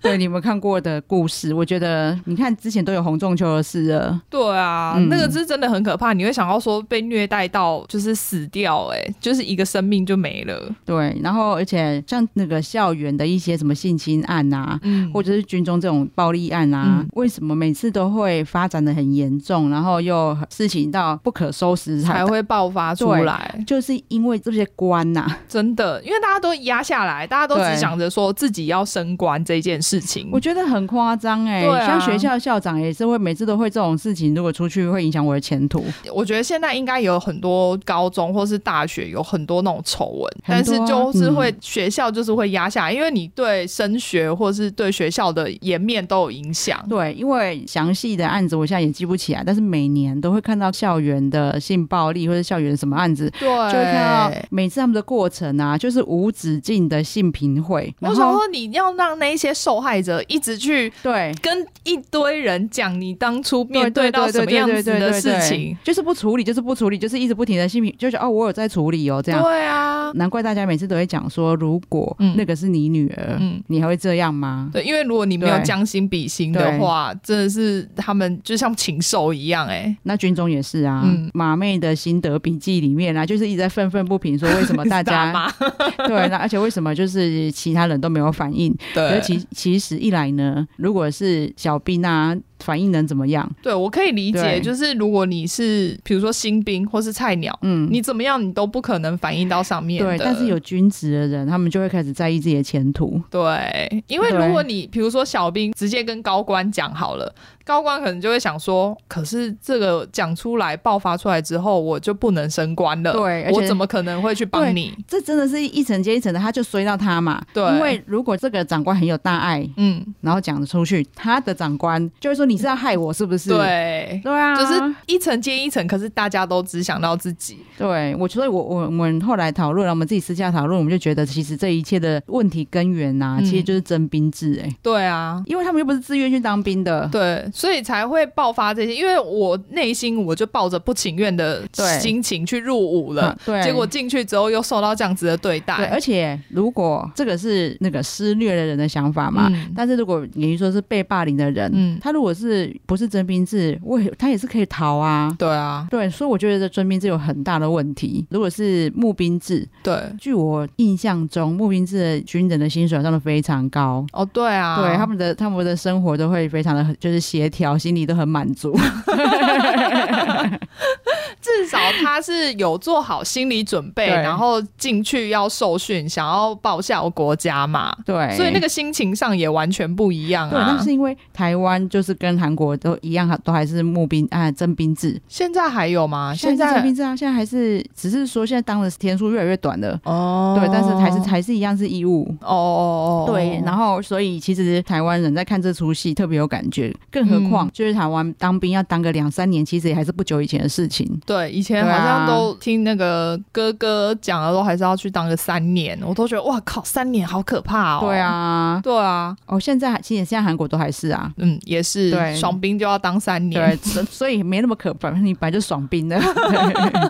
S1: 对你们看过的故事。我觉得你看之前都有洪仲秋的事了，
S2: 对啊，
S1: 嗯
S2: 那个是真的很可怕，你会想要说被虐待到就是死掉、哎，就是一个生命就没了。
S1: 对，然后而且像那个校园的一些什么性侵案啊，
S2: 嗯
S1: 或者是军中这种暴力案啊，
S2: 嗯
S1: 为什么每次都会发展的很严重，然后又事情到不可收拾才
S2: 才会爆发出
S1: 对
S2: 来，
S1: 就是因为这些官呐、
S2: 真的，因为大家都压下来，大家都
S1: 对
S2: 只想着说自己要升官这件事情。
S1: 我觉得很夸张哎、
S2: 对啊
S1: 像学校校长也是会每次都会这种事情，如果出去会影响我的前途。
S2: 我觉得现在应该有很多高中或是大学有很多那嗯种丑闻，
S1: 很
S2: 但
S1: 多
S2: 是
S1: 啊
S2: 就是会、学校就是会压下来，因为你对升学或是对学校的颜面都有影响。
S1: 对，因为详细的案子我现在也记不起来，但是每年都会看到校园的性暴力或者校园什么案子，
S2: 对，
S1: 就会看到每次他们的过程啊，就是无止境的性平会。然
S2: 我想
S1: 后
S2: 说，你要让那一些受害者一直去
S1: 对，
S2: 跟一堆人讲你当初
S1: 对
S2: 面对到什么样子的事，
S1: 对对对对对对
S2: 情。
S1: 就是不处理，就是不处理，就是一直不停的性平，就是哦，我有在处理哦，这样。
S2: 对啊，
S1: 难怪大家每次都会讲说，如果
S2: 嗯
S1: 那个是你女儿，
S2: 嗯
S1: 你还会这样吗？
S2: 对，因为如果你没有
S1: 对
S2: 将心比心的话，真的是他们就像禽兽一样、哎，
S1: 那军中也是啊，
S2: 嗯
S1: 马妹的心得笔记里面啊，就是一直在愤愤不平，说为什 么 大家
S2: 妈，
S1: 对，那而且为什么就是其他人都没有反应？而
S2: 对，
S1: 其其实一来呢，如果是小兵啊，反应能怎么样？
S2: 对我可以理解，
S1: 对
S2: 就是如果你是比如说新兵或是菜鸟，
S1: 嗯，
S2: 你怎么样你都不可能反映到上面的。
S1: 对，但是有军职的人，他们就会开始在意自己的前途。
S2: 对，因为
S1: 对
S2: 如果你比如说小兵直接跟高官讲好了，高官可能就会想说，可是这个讲出来爆发出来之后，我就不能升官了。
S1: 对而且
S2: 呃我怎么可能会去帮
S1: 对
S2: 你？
S1: 这真的是一层接一层的，他就衰到他嘛。
S2: 对
S1: 因为如果这个长官很有大爱，
S2: 嗯，
S1: 然后讲得出去，他的长官就会说你是要害我是不是？，
S2: 对，
S1: 对啊，
S2: 就是一层接一层，可是大家都只想到自己。
S1: 对我，所以我我我们后来讨论了，我们自己私下讨论，我们就觉得其实这一切的问题根源呐、
S2: 嗯
S1: 其实就是征兵制哎、
S2: 对啊，
S1: 因为他们又不是自愿去当兵的。
S2: 对，所以才会爆发这些。因为我内心我就抱着不情愿的
S1: 对
S2: 心情去入伍了
S1: 嗯，对，
S2: 结果进去之后又受到这样子的对待。
S1: 对，而且如果这个是那个施虐的人的想法嘛，
S2: 嗯
S1: 但是如果你说是被霸凌的人，
S2: 嗯
S1: 他如果是不是征兵制，我也他也是可以逃啊。
S2: 对啊，
S1: 对，所以我觉得这征兵制有很大的问题。如果是募兵制，
S2: 对。
S1: 据我印象中，募兵制的军人的薪水真的非常高。
S2: 哦，对啊，
S1: 对他们的他们的生活都会非常的就是协调，心里都很满 足。
S2: 至少他是有做好心理准备，
S1: 对
S2: 然后进去要受训，想要报效国家嘛，
S1: 对，
S2: 所以那
S1: 个
S2: 个心情上也完全不一样
S1: 哎对，
S2: 啊
S1: 那。是因为台湾就是跟韩国都一样，都还是募兵啊征兵制。
S2: 现在还有吗？现
S1: 现在是征
S2: 在
S1: 兵制啊，现在还是只是说现在当的天数越来越短了。
S2: 哦，
S1: 对，但是还是还是一样是义务。
S2: 哦哦哦，
S1: 对，然
S2: 后
S1: 后所以其实台湾人在看这出戏特嗯别有感觉，更何况、就是台湾当兵要当个两三年，其实也还是不久以前的事情。
S2: 对，对，以前好
S1: 啊
S2: 像都听那个哥哥讲的，都还是要去当个三年，我都觉得哇靠，三年好可怕哦。
S1: 对，啊，
S2: 对啊，
S1: 哦，现在其实现在韩国都还是啊，
S2: 嗯，也是
S1: 对，
S2: 爽兵就要当三
S1: 对，
S2: 年。
S1: 所所以没那么可怕，你本来就爽兵的。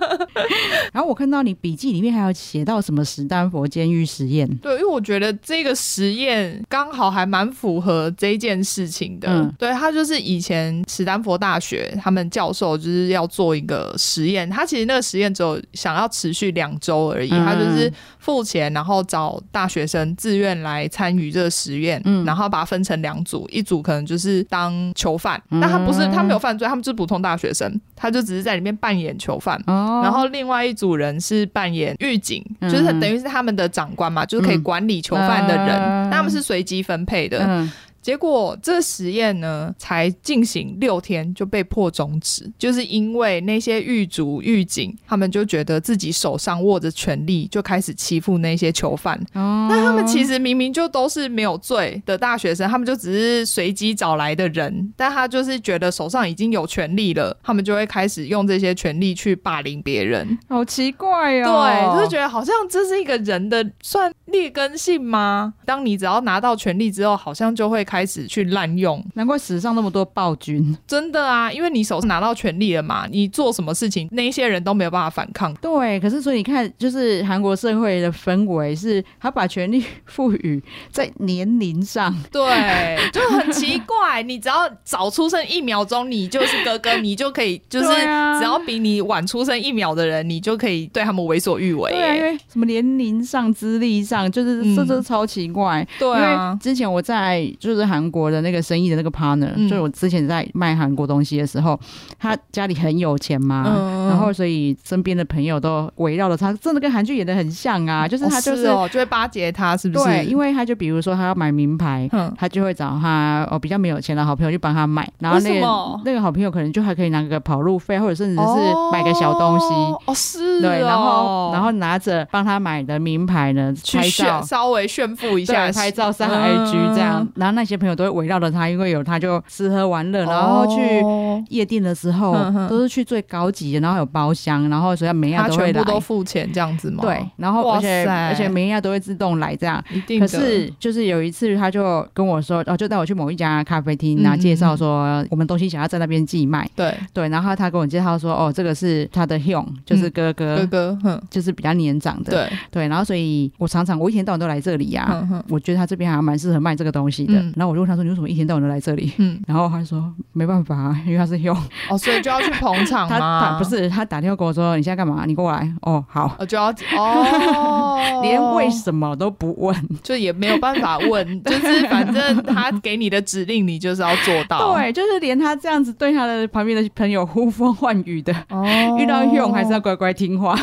S1: 然后我看到你笔记里面还有写到什么史丹佛监狱实验，
S2: 对，因为我觉得这个实验刚好还蛮符合这件事情的。
S1: 嗯
S2: 对，他就是以前史丹佛大学他们教授就是要做一个实验，他其实那个实验只有想要持续两周而已，
S1: 嗯
S2: 他就是付钱，然后找大学生自愿来参与这个实验，
S1: 嗯
S2: 然后把它分成两组，一组可能就是当囚犯，
S1: 嗯
S2: 但他不是他没有犯罪，他们就是普通大学生，他就只是在里面扮演囚犯。
S1: 哦，
S2: 然后另外一组人是扮演狱警，
S1: 嗯
S2: 就是等于是他们的长官嘛，就是可以管理囚犯的人，
S1: 嗯
S2: 那他们是随机分配的。
S1: 嗯
S2: 结果这个实验呢，才进行六天就被迫终止，就是因为那些狱卒、狱警，他们就觉得自己手上握着权力，就开始欺负那些囚犯。
S1: 哦
S2: 那他们其实明明就都是没有罪的大学生，他们就只是随机找来的人，但他就是觉得手上已经有权力了，他们就会开始用这些权力去霸凌别人。
S1: 好奇怪
S2: 对，
S1: 哦，
S2: 就是觉
S1: 得
S2: 得好像这是一个人的算劣根性吗？当你只要拿到权力之后，好像就会开始去滥用。
S1: 难怪史上那么多暴君。
S2: 真的啊，因为你手上拿到权力了嘛，你做什么事情，那一些人都没有办法反抗。
S1: 对，可是所以你看，就是韩国社会的氛围是，他把权力 赋予在年龄上，
S2: 对，就很奇怪。你只要早出生一秒钟，你就是哥哥，你就可以，就是
S1: 对啊
S2: 只要比你晚出生一秒的人，你就可以对他们为所欲为
S1: 对啊，因
S2: 耶。
S1: 为什么年龄上、资历上，就是、
S2: 嗯
S1: 这这超奇怪。
S2: 对
S1: 因为
S2: 啊，
S1: 之前我在就是韩国的那个生意的那个 partner，、
S2: 嗯
S1: 就是我之前在卖韩国东西的时候，他家里很有钱嘛，
S2: 嗯嗯
S1: 啊然后所以身边的朋友都围绕着他，真的跟韩剧演的很像啊，就是他就是,、
S2: 哦哦就会巴结他，是不是？
S1: 对，因
S2: 为
S1: 为他就比如说他要买名牌。
S2: 嗯，
S1: 他就会找他哦比较没有钱的好朋友去帮他买，然后那
S2: 为什
S1: 个
S2: 么
S1: 那个好朋友可能就还可以拿个跑路费，或者甚至是买个小东西，
S2: 哦，哦是哦，
S1: 对，然后然后拿着帮他买的名牌呢
S2: 去
S1: 拍照
S2: 炫，稍微炫富一
S1: 对，
S2: 下，嗯
S1: 拍照上 IG 这样，然后那些朋友都会围绕着他，因为有他就吃喝玩乐，然后去
S2: 哦
S1: 夜店的时候、
S2: 嗯哼
S1: 都是去最高级的，然后有包厢，然后所以每一样
S2: 他
S1: 都会
S2: 全
S1: 来
S2: 部，都付钱这样子吗？
S1: 对，，然后
S2: 哇
S1: 而且
S2: 塞
S1: 而且每一样都会自动来这样。
S2: 一定
S1: 可
S2: 的。
S1: 是，就是有一次，他就跟我说，哦，就带我去某一家咖啡厅，
S2: 嗯
S1: 然后介
S2: 嗯
S1: 绍
S2: 嗯
S1: 说，我们东西想要在那边寄卖，
S2: 对
S1: 对，然后他跟我介绍说，哦，这个是他的 h u n 就是
S2: 嗯
S1: 哥哥，
S2: 哥哥，哼，
S1: 就是比较年长的，
S2: 对，
S1: 呃对，啊然后所以我常常我一天到晚都来这里呀、
S2: 哼哼，
S1: 我觉得他这边还蛮适合卖这个东西的。
S2: 嗯
S1: 然后我就问他说：“你为什么一天到晚都来这里
S2: 嗯？”，
S1: 然后他说：“没办法啊，因为他是用
S2: 哦，所以就要去捧场
S1: 他
S2: 吗？
S1: 他不是他打电话跟我说你现在干嘛？你过来哦，好，，
S2: 哦，就要哦
S1: 连为什么都不问。
S2: 就也没有办法 问，就是反正他给你的指令，你就是要做到。，
S1: 对，就是连他这样子对他的旁边的朋友呼风唤雨的，
S2: 哦
S1: 遇到用还是要乖乖听话，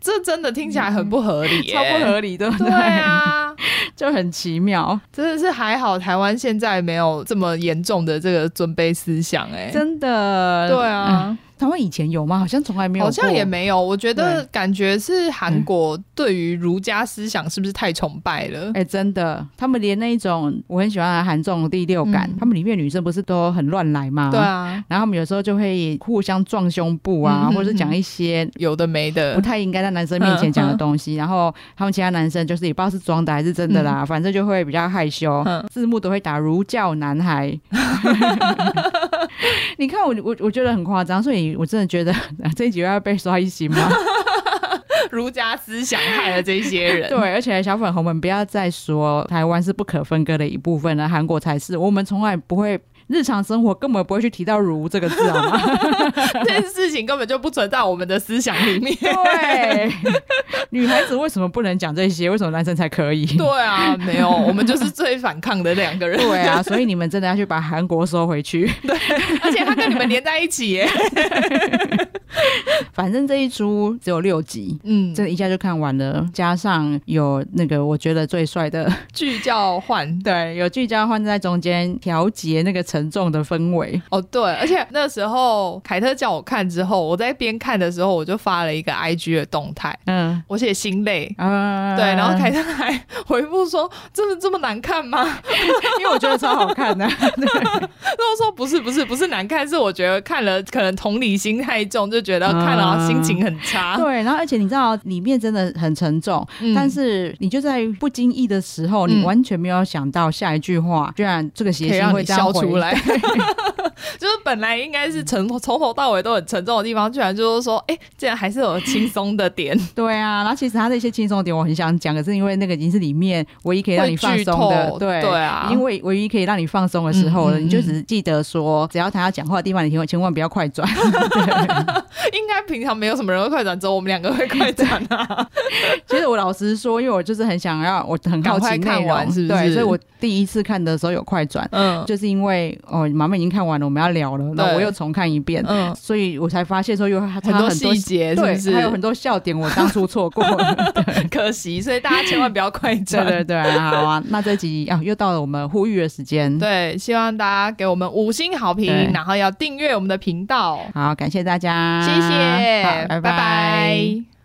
S2: 这真的听起来很不合理、耶
S1: 超不合理，对不
S2: 对啊，
S1: 就很奇妙，
S2: 真的是还好，台湾现在没有这么严重的这个尊卑思想、哎，
S1: 真的。
S2: 对啊，
S1: 台湾以前有吗？好像从来没有，
S2: 好像也。没有。嗯我觉得
S1: 对
S2: 感觉是韩国对于儒家思想是不是太崇拜了？
S1: 哎、真的，他们连那一种我很喜欢的韩综《第六感》
S2: 嗯
S1: 他们里面女生不是都很乱来吗？
S2: 对啊，
S1: 然后他们有时候就会互相撞胸部啊，
S2: 嗯嗯
S1: 或者是讲一些
S2: 有的没
S1: 不
S2: 的，
S1: 太应该在男生面前讲的
S2: 嗯嗯
S1: 东西。然后他们其他男生就是也不知道是装的还是真的啦，反正就会比较害羞。
S2: 嗯
S1: 字幕都会打如教男孩， 你看我我我觉得很夸张，所以我真的觉得 这一集又要被刷一星 吗？
S2: 儒家思想害了这些 人。
S1: 对，而且小粉红们不要再说台湾是不可分割的一部分了，韩国才是。我们从来不会日常生活根本不会去提到“如”这个字，好 吗？
S2: 这件事情根本就不存在我们的思想里 面。
S1: 对，女孩子为什么不能讲这些？为什么男生才可以？
S2: 对啊，没有，我们就是最反抗的两个 人。
S1: 对啊，所以你们真的要去把韩国收回 去。
S2: 而且他跟你们连在一起耶。
S1: 反正这一出只有六集。
S2: 嗯，
S1: 真的一下就看完了，加上有那个我觉得最帅的，
S2: 剧叫换
S1: 对，有聚焦换在中间调节那个沉重的氛围。
S2: 哦，对，而且那时候凯特叫我看之后，我在边看的时候，我就发了一个 IG 的动态，
S1: 嗯
S2: 我写心累。
S1: 啊，
S2: 对，然后凯特还回复说：“真的这么难看吗？”
S1: 因为我觉得超好看的、
S2: 然后说不是不是不是难看，是我觉得看了可能同理心太重，就觉得看了
S1: 啊
S2: 心情很差。
S1: 对，然后而且你知道里面真的很沉重，
S2: 嗯
S1: 但是你就在不经意的时候，你
S2: 嗯
S1: 完全没有想到下一句话，居然这个邪
S2: 可以
S1: 心
S2: 让
S1: 会
S2: 你
S1: 这样
S2: 消
S1: 回
S2: 出来， 就是本来应该是从从头到尾都很沉重的地方，居然就是说，哎、竟然还是有轻松的 点，
S1: 对啊，然后其实他的一些轻松点我很想讲，可是因为那个已经是里面唯一可以让你放
S2: 会剧
S1: 松的，
S2: 透，
S1: 对。
S2: 啊，
S1: 因为唯一可以让你放松的时候了，
S2: 嗯嗯
S1: 你就只是记得说，只要他要讲话的地方，你千万千万不要 快转。
S2: 应该平常没有什么人会快转，只有我们两个会快转啊。
S1: 其实我老实说，因为我就是很想要，我很好奇
S2: 赶快看
S1: 内
S2: 完
S1: 容，
S2: 是不是
S1: 对，所以我第一次看的时候有快转，
S2: 嗯
S1: 就是因为哦，妈妈已经看完了，我们要聊了，那
S2: 对
S1: 我又重看一遍，
S2: 嗯，
S1: 所以我才发现说有很
S2: 很
S1: 多
S2: 多细节是不
S1: 对，
S2: 是？
S1: 还有很多笑点我当初错过了。
S2: 可惜，所以大家千万不要快
S1: 对
S2: 转。
S1: 对对，好啊，那这集啊又到了我们呼吁的时间。
S2: 对，希望大家给我们五星好评
S1: 对，
S2: 然后要订阅我们的频道。
S1: 好，感谢大家，
S2: 谢谢
S1: 好，拜
S2: 啊拜拜